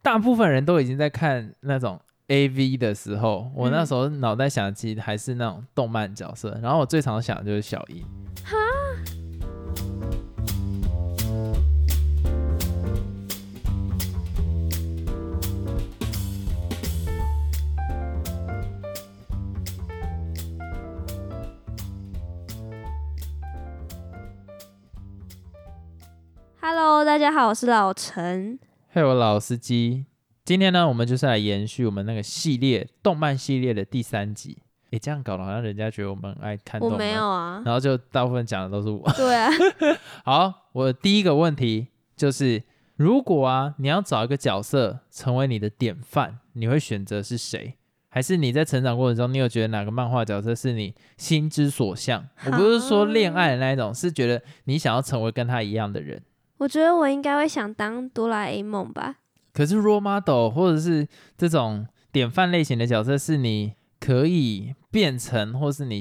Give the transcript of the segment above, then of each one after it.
大部分人都已经在看那种 A V 的时候，我那嗯时候脑袋想的其实还是那种动漫角色，然后我最常想的就是小樱。 Hello，大家好，我是老陈。还有老司机，今天呢，我们就是来延续我们那个系列动漫系列的第三集。诶，这样搞得好像人家觉得我们很爱看我动漫，没有啊，然后就大部分讲的都是我。对啊， 好，我第一个问题就是，如果啊你要找一个角色成为你的典范，你会选择是谁？还是你在成长过程中，你有觉得哪个漫画角色是你心之所向？我不是说恋爱的那一种，是觉得你想要成为跟他一样的人。我觉得我应该会想当哆啦 A 梦吧。可是 role model 或者是这种典范类型的角色，是你可以变成，或是你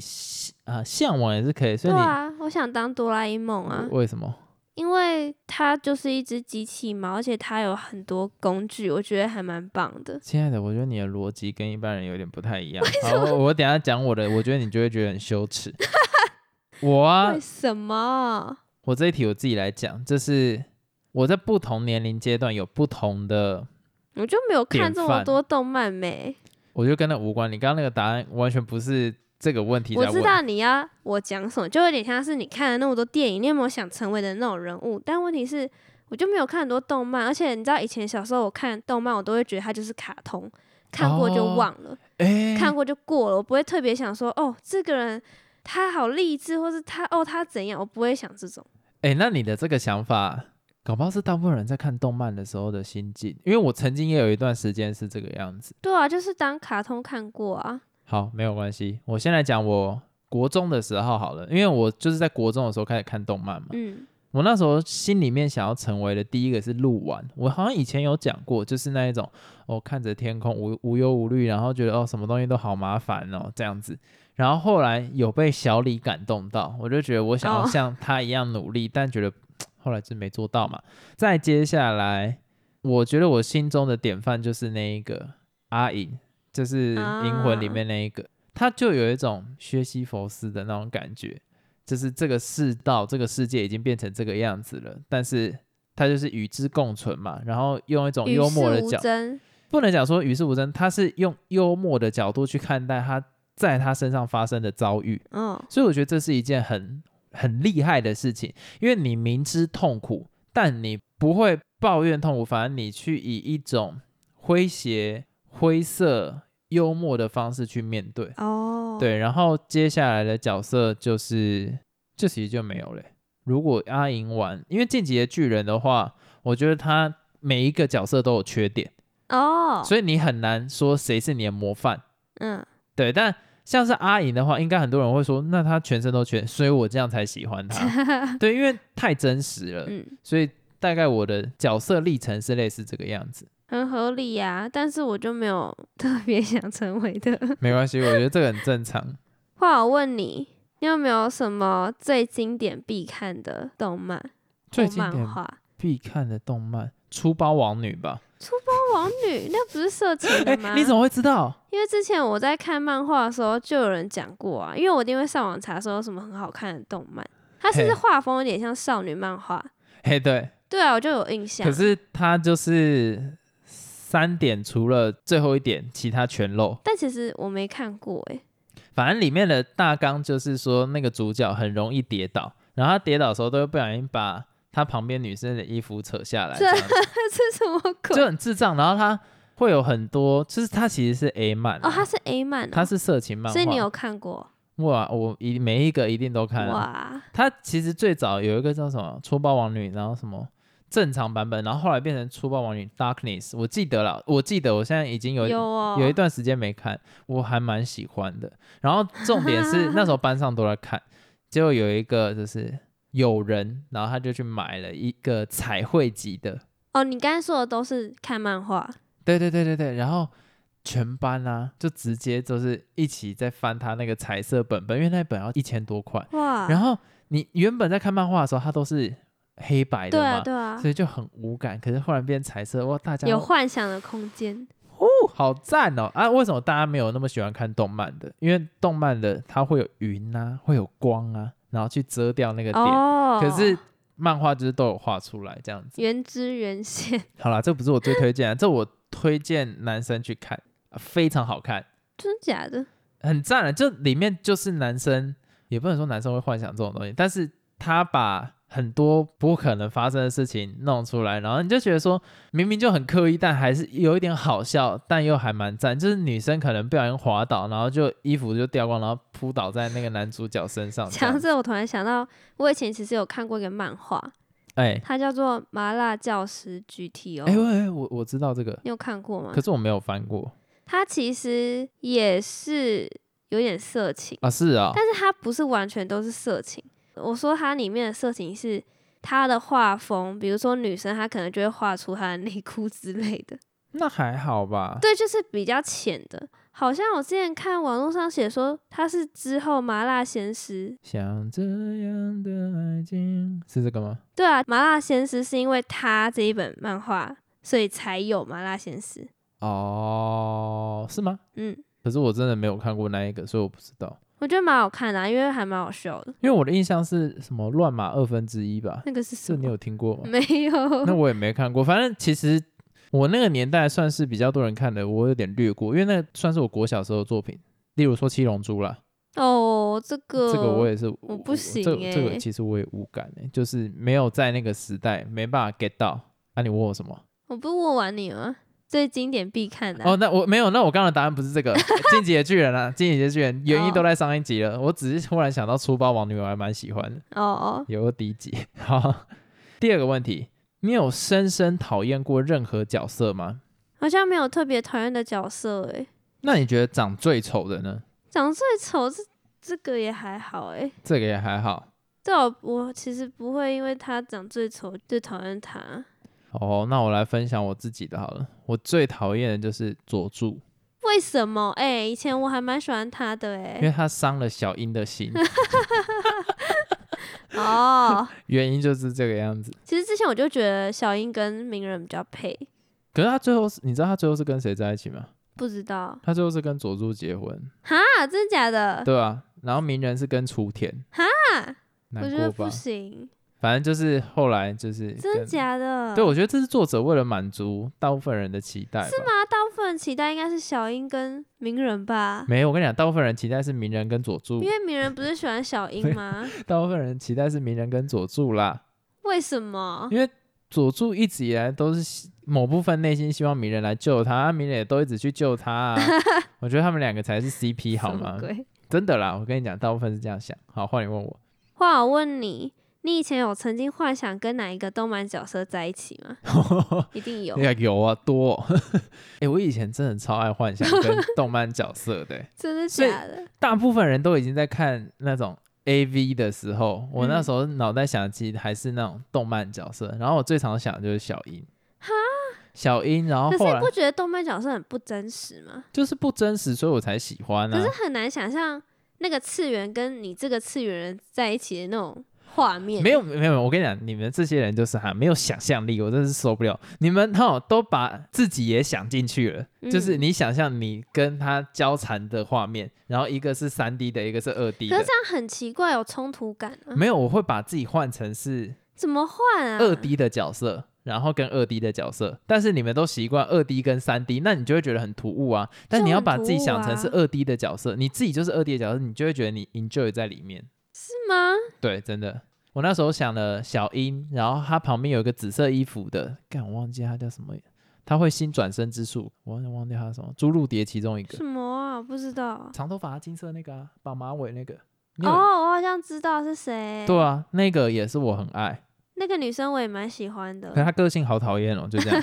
啊、向往也是可以。所对以你、啊，我想当哆啦 A 梦啊，为什么？因为它就是一只机器猫，而且它有很多工具，我觉得还蛮棒的。亲爱的，我觉得你的逻辑跟一般人有点不太一样。好，我我等一下讲我的，我觉得你就会觉得很羞耻。 我啊为，什么？我这一题我自己来讲，就是我在不同年龄阶段有不同的，我就没有看典这么范多动漫没。我觉得跟那无关。你刚刚那个答案完全不是这个问题我在知问。道你要我讲什么，就有点像是你看了那么多电影，你有没有想成为的那种人物？但问题是，我就没有看很多动漫，而且你知道以前小时候我看动漫，我都会觉得它就是卡通，看过就哦忘了，哎、看过就过了，我不会特别想说哦，这个人他好励志，或是他哦他怎样，我不会想这种。哎、那你的这个想法，搞不好是大部分人在看动漫的时候的心境，因为我曾经也有一段时间是这个样子。对啊，就是当卡通看过啊。好，没有关系，我先来讲我国中的时候好了，因为我就是在国中的时候开始看动漫嘛。嗯，我那时候心里面想要成为的第一个是鹿丸，我好像以前有讲过，就是那一种哦，看着天空无无忧无虑，然后觉得哦什么东西都好麻烦哦这样子。然后后来有被小李感动到，我就觉得我想要哦像他一样努力，但觉得后来就没做到嘛。再接下来，我觉得我心中的典范就是那一个阿银，就是《银魂》里面那一个，他就有一种薛西佛斯的那种感觉。就是这个世道、这个世界已经变成这个样子了，但是他就是与之共存嘛，然后用一种与哦幽世默的无角，争。不能讲说与世无争，他是用幽默的角度去看待他在他身上发生的遭遇，嗯，所以我觉得这是一件很很厉害的事情，因为你明知痛苦，但你不会抱怨痛苦，反而你去以一种诙谐、灰色、幽默的方式去面对。哦，，对，然后接下来的角色就是，这其实就没有了。如果阿银玩，因为《进击的巨人》的话，我觉得他每一个角色都有缺点，哦，所以你很难说谁是你的模范。嗯，对，但像是阿银的话，应该很多人会说，那他全身都缺，所以我这样才喜欢他。 对，因为太真实了，嗯，所以大概我的角色历程是类似这个样子。很合理呀、但是我就没有特别想成为的。没关系，我觉得这个很正常。 话我问你，你有没有什么最经典必看的动漫最或经典漫画？必看的动漫《出包王女》吧？那哦王女那不是色情哎、的吗？ 你怎么会知道？因为之前我在看漫画的时候，就有人讲过啊，因为我一定会上网查说有什么很好看的动漫，它是不是嘿画风有点像少女漫画？嘿，对，对啊，我就有印象。可是他就是三点，除了最后一点，其他全漏。但其实我没看过欸诶、反正里面的大纲就是说，那个主角很容易跌倒，然后他跌倒的时候都会不小心把他旁边女生的衣服扯下来，这这样 子这是什么鬼？就很智障。然后他会有很多，就是他其实是 A 漫啊、哦，它是 A 漫、哦，他是色情漫画，所以你有看过？哇，我一每一个一定都看啊、哇，他其实最早有一个叫什么《粗暴王女》，然后什么正常版本，然后后来变成《粗暴王女 Darkness》，我记得了，我记得我现在已经有有哦，有一段时间没看，我还蛮喜欢的。然后重点是那时候班上都在看，结果有一个就是有人，然后他就去买了一个彩绘集的，哦，你刚才说的都是看漫画，对对对对对，然后全班啊就直接就是一起在翻他那个彩色本本，因为那本要一千多块。哇，然后你原本在看漫画的时候，它都是黑白的对嘛，啊，对啊所，以就很无感。可是忽然变彩色，哇，大家有哇幻想的空间。好赞哦！啊，为什么大家没有那么喜欢看动漫的？因为动漫的它会有云啊，会有光啊，然后去遮掉那个点。哦，可是漫画就是都有画出来这样子。原汁原现，好啦，这不是我最推荐啊的，这我推荐男生去看，非常好看，真假的？很赞啊的。这里面就是男生，也不能说男生会幻想这种东西，但是他把很多不可能发生的事情弄出来，然后你就觉得说，明明就很刻意，但还是有一点好笑，但又还蛮赞。就是女生可能不小心滑倒，然后就衣服就掉光，然后扑倒在那个男主角身 上。这讲到样子这，我突然想到，我以前其实有看过一个漫画，哎它叫做《麻辣教师 GTO 哎》，喂，我我知道这个，你有看过吗可？是我没有翻过它其实也是有点色情，啊，是啊、但是它不是完全都是色情。我说它里面的色情是它的画风，比如说女生她可能就会画出她的内裤之类的，那还好吧？对，就是比较浅的。好像我之前看网络上写说，它是之后麻辣鲜师像这样的爱情是这个吗？对啊，《麻辣鲜师》是因为他这一本漫画，所以才有《麻辣鲜师》。哦，是吗？嗯，可是我真的没有看过那一个，所以我不知道。我觉得蛮好看的啊、因为还蛮好笑的。因为我的印象是什么乱码二分之一吧？那个是什这你么？有听过吗？没有。那我也没看过。反正其实我那个年代算是比较多人看的，我有点略过，因为那算是我国小时候的作品。例如说《七龙珠》啦，哦，这个这个我也是，呃我不行这个这个欸其实我也无感、欸，就是没有在那个时代没办法 get 到。啊，你问我什么？我不是问完你吗？最经典必看的啊、哦，那我没有，那我刚刚的答案不是这个《进击的巨人》啊，《进击的巨人》原意都在上一集了。我只是忽然想到《粗包王女》，我还蛮喜欢的，哦哦，有个第一集。 好，第二个问题，你有深深讨厌过任何角色吗？好像没有特别讨厌的角色诶、那你觉得长最丑的呢？长最丑这这个也还好欸诶、这个也还好。对我我其实不会因为他长最丑就讨厌他，哦，那我来分享我自己的好了。我最讨厌的就是佐助，为什么？诶、以前我还蛮喜欢他的哎诶、因为他伤了小樱的心，哎哦， 原因就是这个样子。其实之前我就觉得小樱跟鸣人比较配，可是他最后是，你知道他最后是跟谁在一起吗？不知道他最后是跟佐助结婚。哈，真的假的？对啊，然后鸣人是跟雏田，呃哈，我难觉过得吧不？行，反正就是后来就是真跟的假的？对，我觉得这是作者为了满足大部分人的期待吧。是吗？那大部分人期待应该是小樱跟鸣人吧，没有，我跟你讲，大部分人期待是鸣人跟佐助因，为鸣人不是喜欢小樱吗？ 大部分人期待是鸣人跟佐助啦。为什么因？为佐助一直以来都是希某部分内心希望鸣人来救他，啊鸣人也都一直去救他、 啊。我觉得他们两个才是 CP 好什么吗？鬼？真的啦，我跟你讲，大部分是这样想。好，换你问我， 话我问你，你以前有曾经幻想跟哪一个动漫角色在一起吗？一 定有哎，呀，有啊，多、哦。哎、我以前真的超爱幻想跟动漫角色的欸、真的所以假的？大部分人都已经在看那种 A V 的时候，嗯我那时候脑袋想的其实还是那种动漫角色，然后我最常想的就是小樱。小樱，然后可是后你来不觉得动漫角色很不真实吗？就是不真实，所以我才喜欢啊。可是很难想象那个次元跟你这个次元人在一起的那种画面。没有没有，没有我跟你讲，你们这些人就是哈没有想象力，我真是受不了。你们哈都把自己也想进去了，就是嗯你想象你跟他交缠的画面，然后一个是三 D 的，一个是二 D 可的是这。样很奇怪，有冲突感啊？没有，我会把自己换成是怎么换啊？嗯二 D 的角色，然后跟二 D 的角色，但是你们都习惯二 D 跟三 D，那你就会觉得很突兀啊。但就你要很把突自己兀想成啊是二 D 的角色，你自己就是二 D 的角色，你就会觉得你 enjoy 在里面。是吗？对，真的。我那时候想了小樱，然后她旁边有一个紫色衣服的，干我忘记她叫什么，她会新转身之术，我忘忘记她叫什么，侏儒蝶其中一个什，么啊？不知道啊。长头发金色那个啊，绑马尾那个，你有哦，我好像知道是谁。对，啊，那个也是我很爱，那个女生我也蛮喜欢的可。是她个性好讨厌哦，就这 样。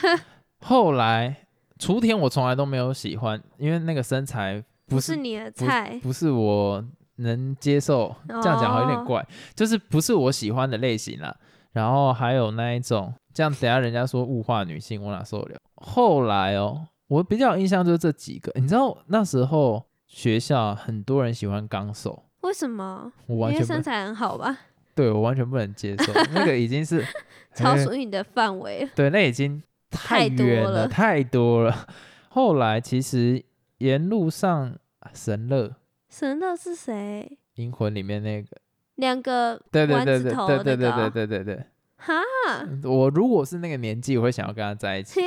后来雏田我从来都没有喜欢，因为那个身材不不是是你的菜，不是我能接受，这样讲好像有点哦怪，就是不是我喜欢的类型啦。然后还有那一种，这样等下人家说物化女性，我哪受得了？后来哦，我比较有印象就是这几个，你知道那时候学校很多人喜欢纲手，为什么？我因完为全身不 材很好吧？对我完全不能接受，那个已经 是超出你的范围 了。对，那已经太太多远了太多了。后来其实沿路上啊神乐神乐是谁？银魂里面那个，两个对对丸对子对头对对那个对哦对对对哈， 对，我如果是那个年纪，我会想要跟他在一起，嘿，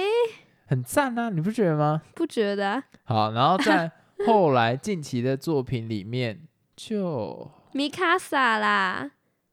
很赞啊，你不觉得吗？不觉得、啊？好，然后 在后来近期的作品里面，就米卡萨啦，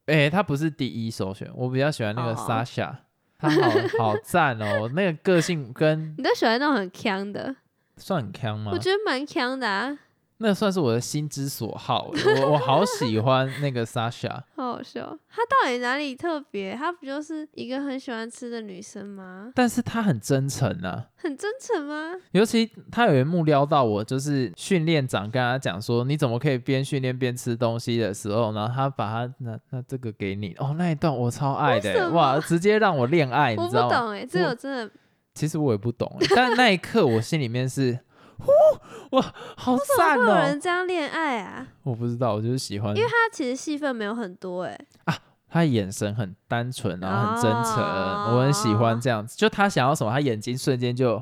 诶，他不是第一首选，我比较喜欢那个哦 Sasha，、他好好赞哦，那个个性跟你都喜欢那种很强的，算很强吗我？觉得蛮强的啊，那算是我的心之所好，我我好喜欢那个 Sasha，好好笑。她到底哪里特别？她不就是一个很喜欢吃的女生吗？但是他很真诚啊，很真诚吗？尤其他有一幕撩到我，就是训练长跟他讲说，你怎么可以边训练边吃东西的时候，然后他把他那那这个给你，哦，那一段我超爱的为欸，什么哇，直接让我恋 爱，你我知不道吗？懂哎、这我我真的其实我也不懂欸，但那一刻我心里面是， 呼，哇，好会赞有哦、人这样恋爱啊？我不知道，我就是喜欢，因为她其实戏份没有很多哎、他眼神很单纯，然后很真诚，哦我很喜欢这样子，就他想要什么，他眼睛瞬间就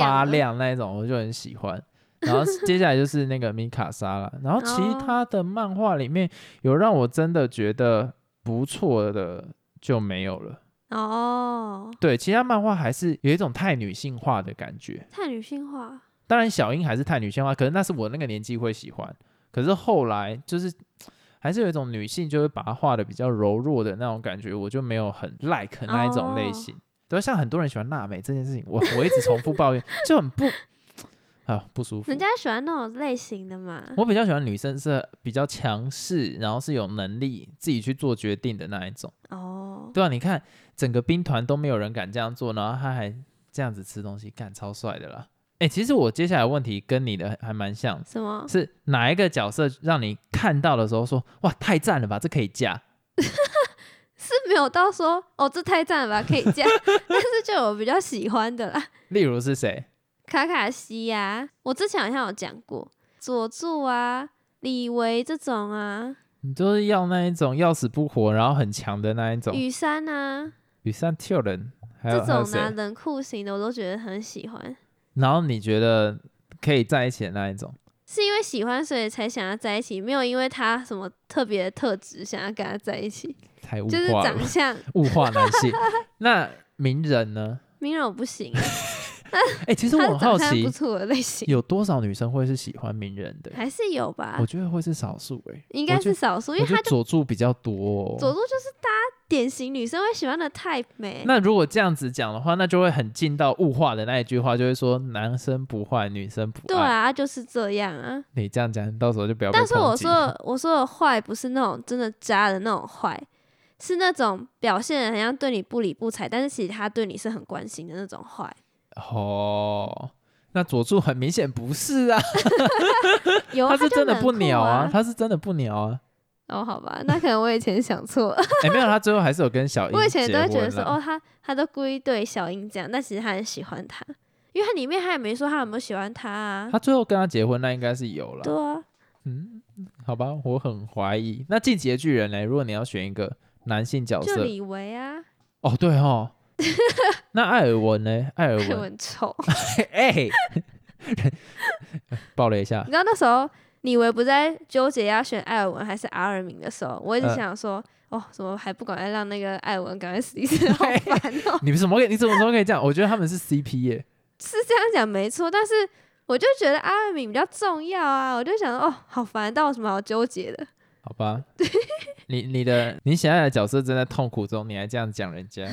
发了亮那一种，我就很喜欢。然后接下来就是那个米卡莎了，然后其哦他的漫画里面有让我真的觉得不错的就没有了。哦，对，其他漫画还是有一种太女性化的感觉。太女性化，当然，小樱还是太女性化，可是那是我那个年纪会喜欢。可是后来就是还是有一种女性就会把它画的比较柔弱的那种感觉，我就没有很哦 like 那一种类型。对，像很多人喜欢娜美这件事情，我我一直重复抱怨，就很不 啊不舒服嗯人。家喜欢那种类型的嘛。我比较喜欢女生是比较强势，然后是有能力自己去做决定的那一种。哦，对啊，你看整个兵团都没有人敢这样做，然后他还这样子吃东西，干超帅的啦。哎、其实我接下来的问题跟你的还蛮像的，什么？是哪一个角色让你看到的时候说哇太赞了吧，这可以嫁？是没有到说哦，这太赞了吧，可以这样。 但是就有比较喜欢的啦，例如是谁？卡卡西呀、我之前好像有讲过，佐助啊、李维这种啊，你就是要那一种要死不活，然后很强的那一种，羽山啊羽山跳人，还这有还有种啊，谁？冷酷型的我都觉得很喜欢，然后你觉得可以在一起的那一种？是因为喜欢所以才想要在一起，没有因为他什么特别的特质想要跟他在一起，太物就是化了长 吧，相。 物化男性。那鸣人呢？明人我不行，啊 哎、其实他我很是好长相奇不，错的类型，有多少女生会是喜欢鸣人的？还是有吧我，觉得会是少数哎、应该我觉是得少数，因我为觉他得就佐助比较多、哦佐助就是大家典型女生会喜欢的 type 没、那如果这样子讲的话，那就会很进到物化的那一句话，就会说男生不坏，女生不爱。对啊，就是这样啊。你这样讲，到时候就不要被抨但击。是我说的我说的坏不是那种真的渣的那种坏，是那种表现得很像对你不理不睬，但是其实他对你是很关心的那种坏。哦，那佐助很明显不是 啊，有啊他是就真的冷不酷鸟啊。他是真的不鸟 啊。哦，好吧，那可能我以前想错，了。哎、没有，他最后还是有跟小樱我以前哎结都会觉得婚说，啦哦，他他都故意对小樱这样，但其实他很喜欢他，因为他里面他也没说他有没有喜欢他啊。他最后跟他结婚，那应该是有了对。啊，嗯，好吧，我很怀疑。那进击的巨人嘞，如果你要选一个男性角就色，李维啊，哦，对哦。那艾尔文呢？艾尔 还文，很丑。 哎、爆了一下你，知道那时候李维不在纠结要选艾尔文还是阿尔明的时候，我一直嗯想说，哦，怎么还不赶快让那个艾尔文赶快死一死， 好烦哦。 你们怎么可以？你怎么怎么可以这样？我觉得他们是 CP 耶、是这样讲没错，但是我就觉得阿尔明比较重要啊，我就想说，哦，好烦，到底有什么好纠结的？好吧？你你的你想要的角色正在痛苦中，你还这样讲人家？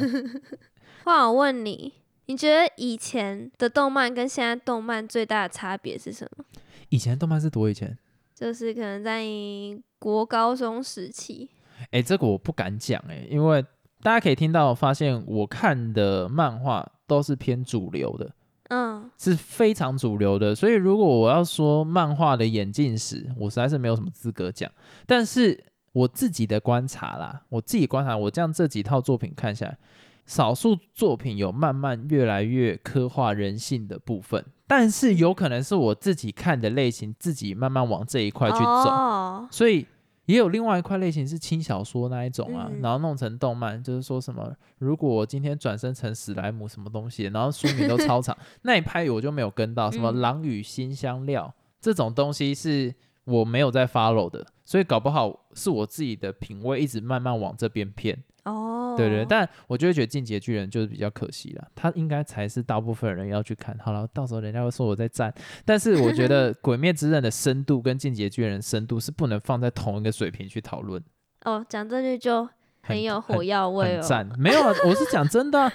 话我问你。你觉得以前的动漫跟现在动漫最大的差别是什么？以前动漫是多以前？就是可能在你国高中时期，哎、这个我不敢讲哎、因为大家可以听到，发现我看的漫画都是偏主流的，嗯，是非常主流的，所以如果我要说漫画的演进史，我实在是没有什么资格讲。但是我自己的观察啦，我自己观察，我这样这几套作品看下来，少数作品有慢慢越来越刻画人性的部分，但是有可能是我自己看的类型，自己慢慢往这一块去走，哦，所以也有另外一块类型是轻小说那一种啊，嗯然后弄成动漫，就是说什么如果我今天转身成史莱姆什么东西，然后书名都超长，那一拍我就没有跟 到什么《嗯狼与辛香料》这种东西是我没有在 follow 的，所以搞不好是我自己的品味一直慢慢往这边偏，哦，对对，但我就会觉得《进击的巨人》就是比较可惜了，他应该才是大部分人要去看。好了，到时候人家会说我在赞，但是我觉 得《鬼灭之刃》的深度跟《进击的巨人》的深度是不能放在同一个水平去讨论，哦，讲这句就很有火药味很哎哦。赞。没有啊，我是讲真的啊、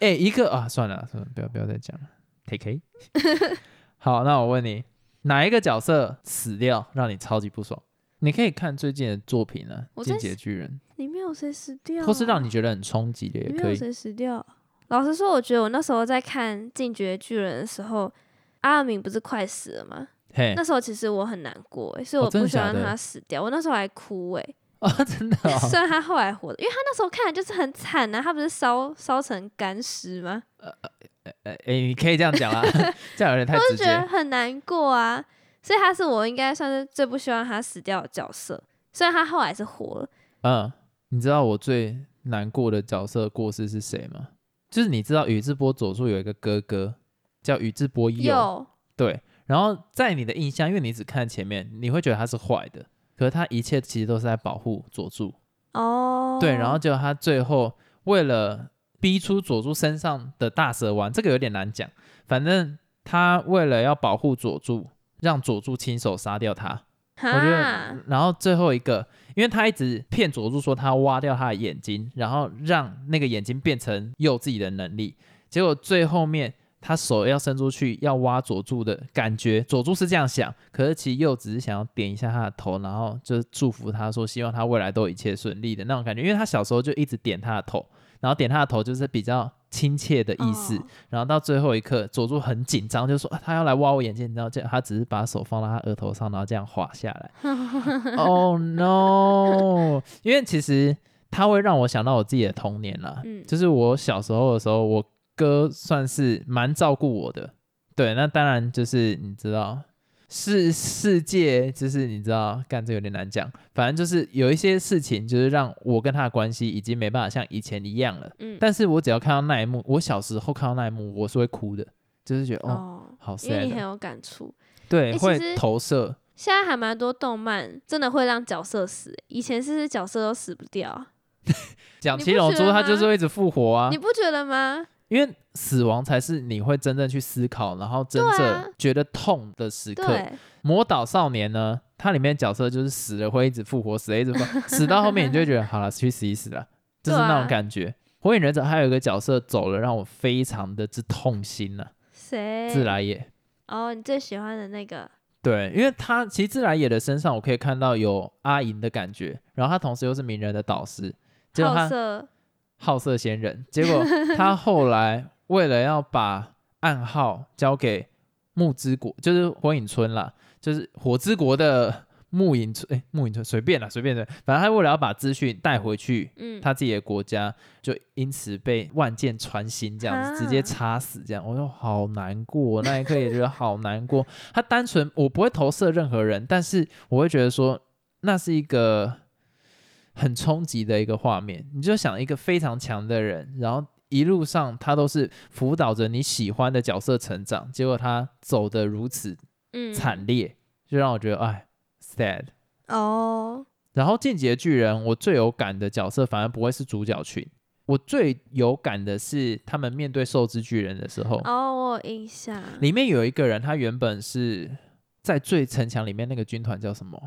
哎、一个啊，算了算了，不要不要再讲了，take it。好，那我问你，哪一个角色死掉让你超级不爽？你可以看最近的作品呢、啊，《我进在击的巨人里面有谁死掉》，啊？或是让你觉得很冲击的也里可面有以。谁死掉？老实说，我觉得我那时候在看《进击的巨人》的时候，阿明不是快死了吗？嘿那，时候其实我很难过、欸，所以哎哦我真不的喜假欢的他死掉。我那时候还哭哎、啊、真的、 哦。虽然他后来活的，因为他那时候看的就是很惨啊，他不是烧烧成干尸吗？呃，哎、你可以这样讲啦， 这样有点太就直觉得接。很难过啊。所以他是我应该算是最不希望他死掉的角色。虽然他后来是活了，嗯，你知道我最难过的角色过世是谁吗？就是你知道宇智波佐助有一个哥哥叫宇智波鼬，有对。然后在你的印象，因为你只看前面，你会觉得他是坏的，可是他一切其实都是在保护佐助。哦，对，然后结果他最后为了逼出佐助身上的大蛇丸，这个有点难讲，反正他为了要保护佐助，让佐助亲手杀掉他。我觉哈得，，然后最后一个，因为他一直骗佐助说他挖掉他的眼睛，然后让那个眼睛变成佑自己的能力，结果最后面他手要伸出去要挖佐助的感觉，佐助是这样想，可是其实佑只是想要点一下他的头，然后就是祝福他说希望他未来都一切顺利的那种感觉，因为他小时候就一直点他的头，然后点他的头就是比较亲切的意思，哦然后到最后一刻，佐助很紧张，就说、啊、他要来挖我眼睛，然后这样他只是把手放到他额头上，然后这样滑下来。oh no！因为其实它会让我想到我自己的童年啦，嗯就是我小时候的时候，我哥算是蛮照顾我的。对，那当然就是你知道，世世界就是你知道，干这有点难讲，反正就是有一些事情，就是让我跟他的关系已经没办法像以前一样了。嗯，但是我只要看到那一幕，我小时候看到那一幕，我是会哭的，就是觉得哦，哦，好因为你 sad，很哦有感触。对，欸其会实投射。现在还蛮多动漫真的会让角色死，欸以前是不是角色都死不掉啊，讲你七不龙觉珠，得它就是吗会一直复活啊你。不觉得吗？因为死亡才是你会真正去思考，然后真对啊正觉得痛的时刻。对，魔导少年呢，它里面角色就是死了会一直复活，死了一直复活，死到后面你就会觉得 好了，去死一死了，就是对啊那种感觉。火影忍者还有一个角色走了，让我非常的之痛心呐、谁？自来也。哦，你最喜欢的那个对，因为他其实自来也的身上，我可以看到有阿银的感觉，然后他同时又是鸣人的导师，结果他好色，好色仙人。 结果他后来为了要把暗号交给木之国，就是火影村啦，就是火之国的木影村，哎、木影村随便啦，随便的，反正他为了要把资讯带回去嗯，他自己的国家，就因此被万箭穿心，这样子直接啊插死，这样，我就好难过，我那一刻也觉得好难过。 他单纯我不会投射任何人，但是我会觉得说那是一个很冲击的一个画面。你就想一个非常强的人，然后一路上他都是辅导着你喜欢的角色成长，结果他走的如此嗯惨烈，就让我觉得哎，sad。哦，然后《进击的巨人》，我最有感的角色反而不会是主角群，我最有感的是他们面对兽之巨人的时候，哦，我有印象，里面有一个人，他原本是在最城墙里面那个军团叫什么？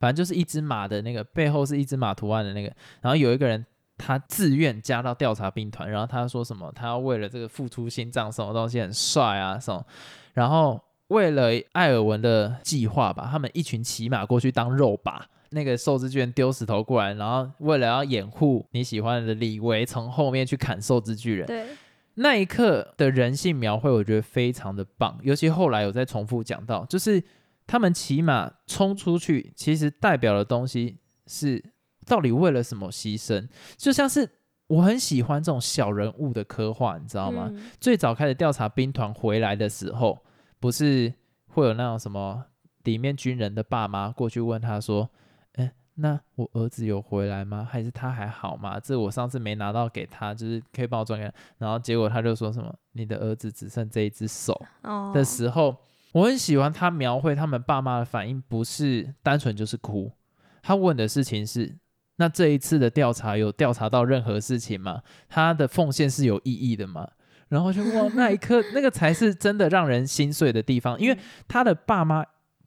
反正就是一只马的那个，背后是一只马图案的那个。然后有一个人，他自愿加到调查兵团，然后他说什么，他要为了这个付出心脏，什么东西很帅啊什么。然后为了艾尔文的计划吧，他们一群骑马过去当肉靶。那个兽之巨人丢石头过来，然后为了要掩护你喜欢的李维，从后面去砍兽之巨人。对，那一刻的人性描绘，我觉得非常的棒，尤其后来有再重复讲到，就是他们骑马冲出去，其实代表的东西是到底为了什么牺牲，就像是我很喜欢这种小人物的刻画，你知道吗？嗯最早开始调查兵团回来的时候，不是会有那种什么里面军人的爸妈过去问他说：“哎、那我儿子有回来吗？还是他还好吗？这我上次没拿到给他，就是可以帮我转给他。然后结果他就说什么你的儿子只剩这一只手哦，的时候，我很喜欢他描绘他们爸妈的反应，不是单纯就是哭。他问的事情是。那这一次的调查有调查到任何事情吗？他的奉献是有意义的吗？然后就哇，那一刻那个才是真的让人心碎的地方，因为他的爸妈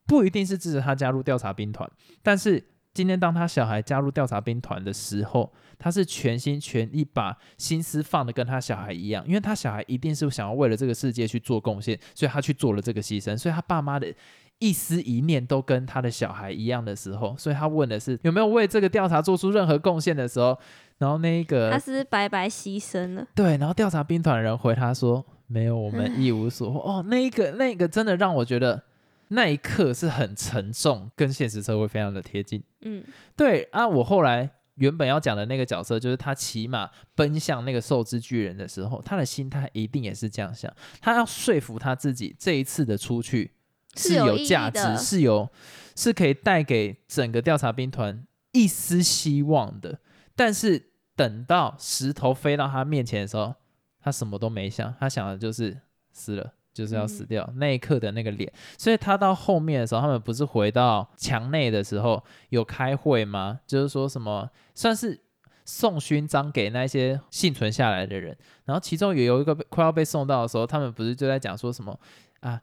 不一定是支持他加入调查兵团，但是今天当他小孩加入调查兵团的时候，他是全心全意把心思放的跟他小孩一样，因为他小孩一定是想要为了这个世界去做贡献，所以他去做了这个牺牲，所以他爸妈的。一丝一念都跟他的小孩一样的时候，所以他问的是有没有为这个调查做出任何贡献的时候，然后那一个他是不是白白牺牲了。对，然后调查兵团人回他说：“没有，我们一无所获。”哦，那一个那一个真的让我觉得那一刻是很沉重，跟现实社会非常的贴近。嗯，对啊，我后来原本要讲的那个角色，就是他骑马奔向那个兽之巨人的时候，他的心态一定也是这样想，他要说服他自己这一次的出去是是有有意义价值，的是有是可以带给整个调查兵团一丝希望的。但是等到石头飞到他面前的时候，他什么都没想，他想的就是死了，就是要死嗯掉、那一刻的那个脸。所以他到后面的时候，他们不是回到墙内的时候有开会吗？就是说什么算是送勋章给那些幸存下来的人，然后其中也有一个被快要被送到的时候，他们不是就在讲说什么啊？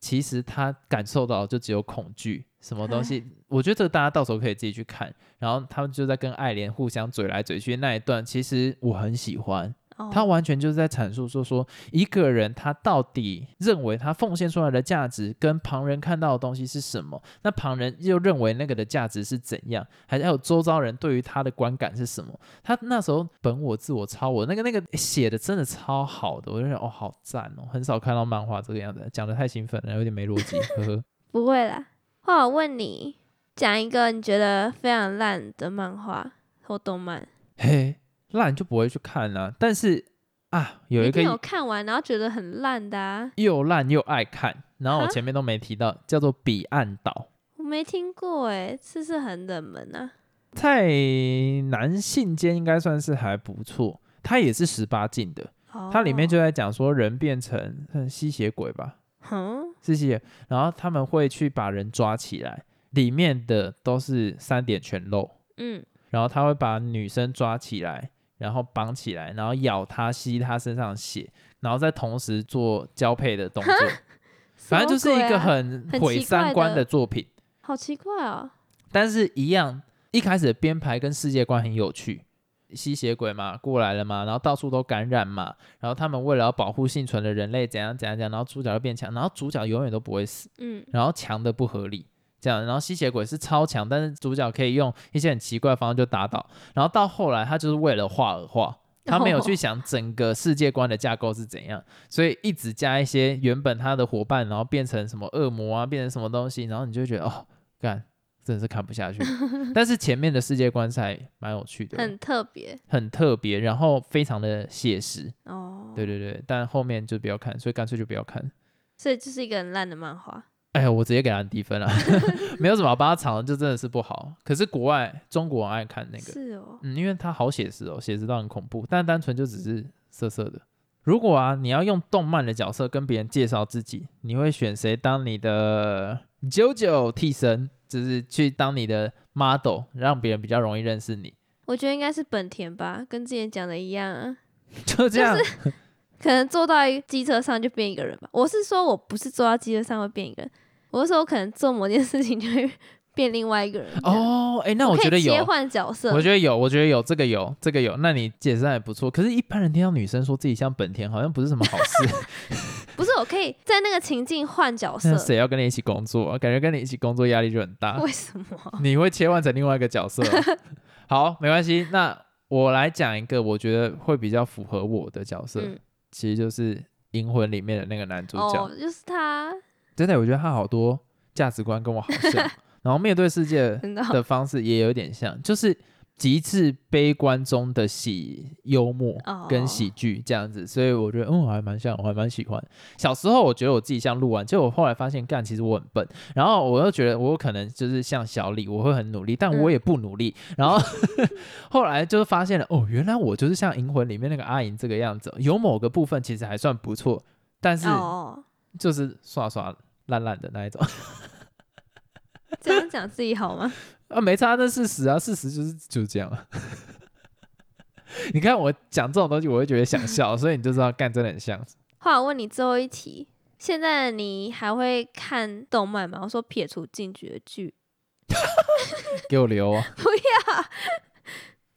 其实他感受到的就只有恐惧，什么东西？我觉得这个大家到时候可以自己去看。然后他们就在跟爱莲互相嘴来嘴去那一段，其实我很喜欢，哦他完全就是在阐述说说一个人他到底认为他奉献出来的价值跟旁人看到的东西是什么，那旁人又认为那个的价值是怎样，还还有周遭人对于他的观感是什么。他那时候本我、自我、超我那个那个写的真的超好的，我就觉得哦好赞哦，很少看到漫画这个样子，讲的太兴奋了，有点没逻辑，呵呵。不会啦。话我问你，讲一个你觉得非常烂的漫画或动漫，嘿，烂就不会去看了、但是啊，有你一一个定有看完然后觉得很烂的啊，又烂又爱看，然后我哈前面都没提到，叫做《彼岸岛》。我没听过哎、是不是很冷门啊？在男性间应该算是还不错，它也是十八禁的，哦，它里面就在讲说人变成嗯吸血鬼吧，哼，是吸血，然后他们会去把人抓起来，里面的都是三点全露，嗯，然后他会把女生抓起来，然后绑起来，然后咬她吸她身上的血，然后再同时做交配的动作，反正就是一个什么鬼啊很很毁奇三怪观的的作品。好奇怪哦，但是一样，一开始的编排跟世界观很有趣。吸血鬼嘛，过来了嘛，然后到处都感染嘛，然后他们为了要保护幸存的人类，怎样怎样怎样，然后主角就变强，然后主角永远都不会死，嗯，然后强的不合理，这样，然后吸血鬼是超强，但是主角可以用一些很奇怪的方式就打倒，然后到后来他就是为了画而画，他没有去想整个世界观的架构是怎样，所以一直加一些原本他的伙伴，然后变成什么恶魔啊，变成什么东西，然后你就觉得哦，干真的是看不下去，但是前面的世界观是还蛮有趣的，很特别很特别，然后非常的写实，哦，对，对对，但后面就不要看，所以干脆就不要看。所以就是一个很烂的漫画，哎呀，我直接给他很低分了， 没有什么好帮他藏的，就真的是不好。可是国外中国人爱看那个，是哦，嗯，因为它好写实哦，写实到很恐怖，但单纯就只是色色的。如果啊，你要用动漫的角色跟别人介绍自己，你会选谁当你的九九替身，就是去当你的 model，让别人比较容易认识你。我觉得应该是本田吧，跟之前讲的一样啊。就这样，可能坐到一机车上就变一个人吧。我是说我不是坐到机车上会变一个人，我是说我可能做某件事情就会 变另外一个人。哦，哎、那这样，我可觉以得切有，换角色。我觉得有，我觉得有，这个有，这个有。那你解释得还不错，可是，一般人听到女生说自己像本田，好像不是什么好事。不是，我可以在那个情境换角色那。谁啊要跟你一起工作啊？感觉跟你一起工作压力就很大，为什么？你会切换成另外一个角色 哦。好，没关系，那我来讲一个我觉得会比较符合我的角色，嗯，其实就是《银魂》里面的那个 男主角。哦，就是他，真的，我觉得他好多 价值观跟我好像，然后面对世界真的哦的方式也有点像，就是极致悲观中的喜幽默哦跟喜剧这样子，所以我觉得嗯，我还蛮像，我还蛮喜欢。小时候我觉得我自己像鹿丸，结果我后来发现干，其实我很笨。然后我又觉得我有可能就是像小李，我会很努力，但我也不努力。然后 后来就是发现了，哦，原来我就是像《银魂》里面那个阿银这个样子，有某个部分其实还算不错，但是哦，就是刷刷烂烂的那一种。 这样讲自己好吗？ 啊，没差，那事实啊，事实就是就是这样啊。 你看我讲这种东西，我会觉得想笑，所以你就知道干真的很像。后来问你最后一题，现在你还会看动漫吗？我说撇除进局的剧，给我留啊！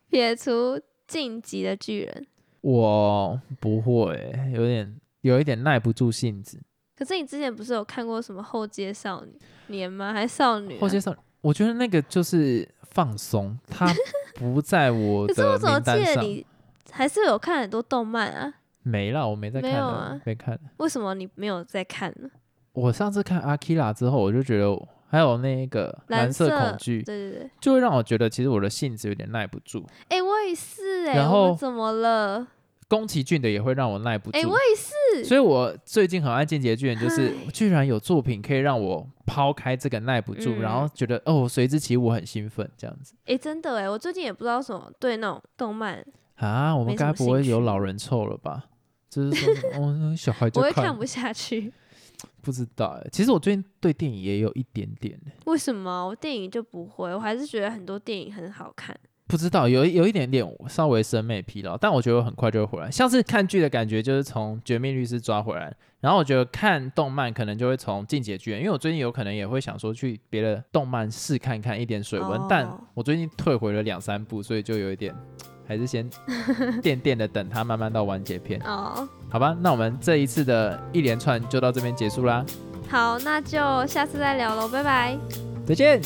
撇除晋级的巨人。我不会欸、有点有一点耐不住性子。可是你之前不是有看过什么后街少女年吗？还是少女啊、后街少女，我觉得那个就是放松， 它不在我可是我的怎么名记单得上。你还是有看很多动漫啊？没了，我没在没看有了，啊没看了。为什么你没有在看呢？我上次看《阿基拉》之后，我就觉得还有那个蓝色色恐惧，对对对，就会让我觉得其实我的性子有点耐不住。哎、我也是哎、然我后们怎么了？宫崎骏的也会让我耐不住。哎、我也是，所以我最近很爱进阶巨人，就是唉居然有作品可以让我抛开这个耐不住，嗯然后觉得哦随之起舞很兴奋这样子哎、真的哎、我最近也不知道什么对那种动漫，啊。我们没什该么不会兴趣有老人臭了吧？就是说，哦，那小孩我就会看看不下去。 不知道欸。其实我最近对电影也有一点点欸为什么啊我电影就不会？我还是觉得很多电影很好看。不知道，有一有一点点稍微审美疲劳，但我觉得我很快就会回来。像是看剧的感觉，就是从《绝命律师》抓回来，然后我觉得看动漫可能就会从《进阶巨人》，因为我最近有可能也会想说去别的动漫试看看一点水温，哦但我最近退回了两三部，所以就有一点，还是先 垫垫的等它慢慢到完结篇，哦，好吧？那我们这一次的一连串就到这边结束啦，好，那就下次再聊喽，拜拜。再见。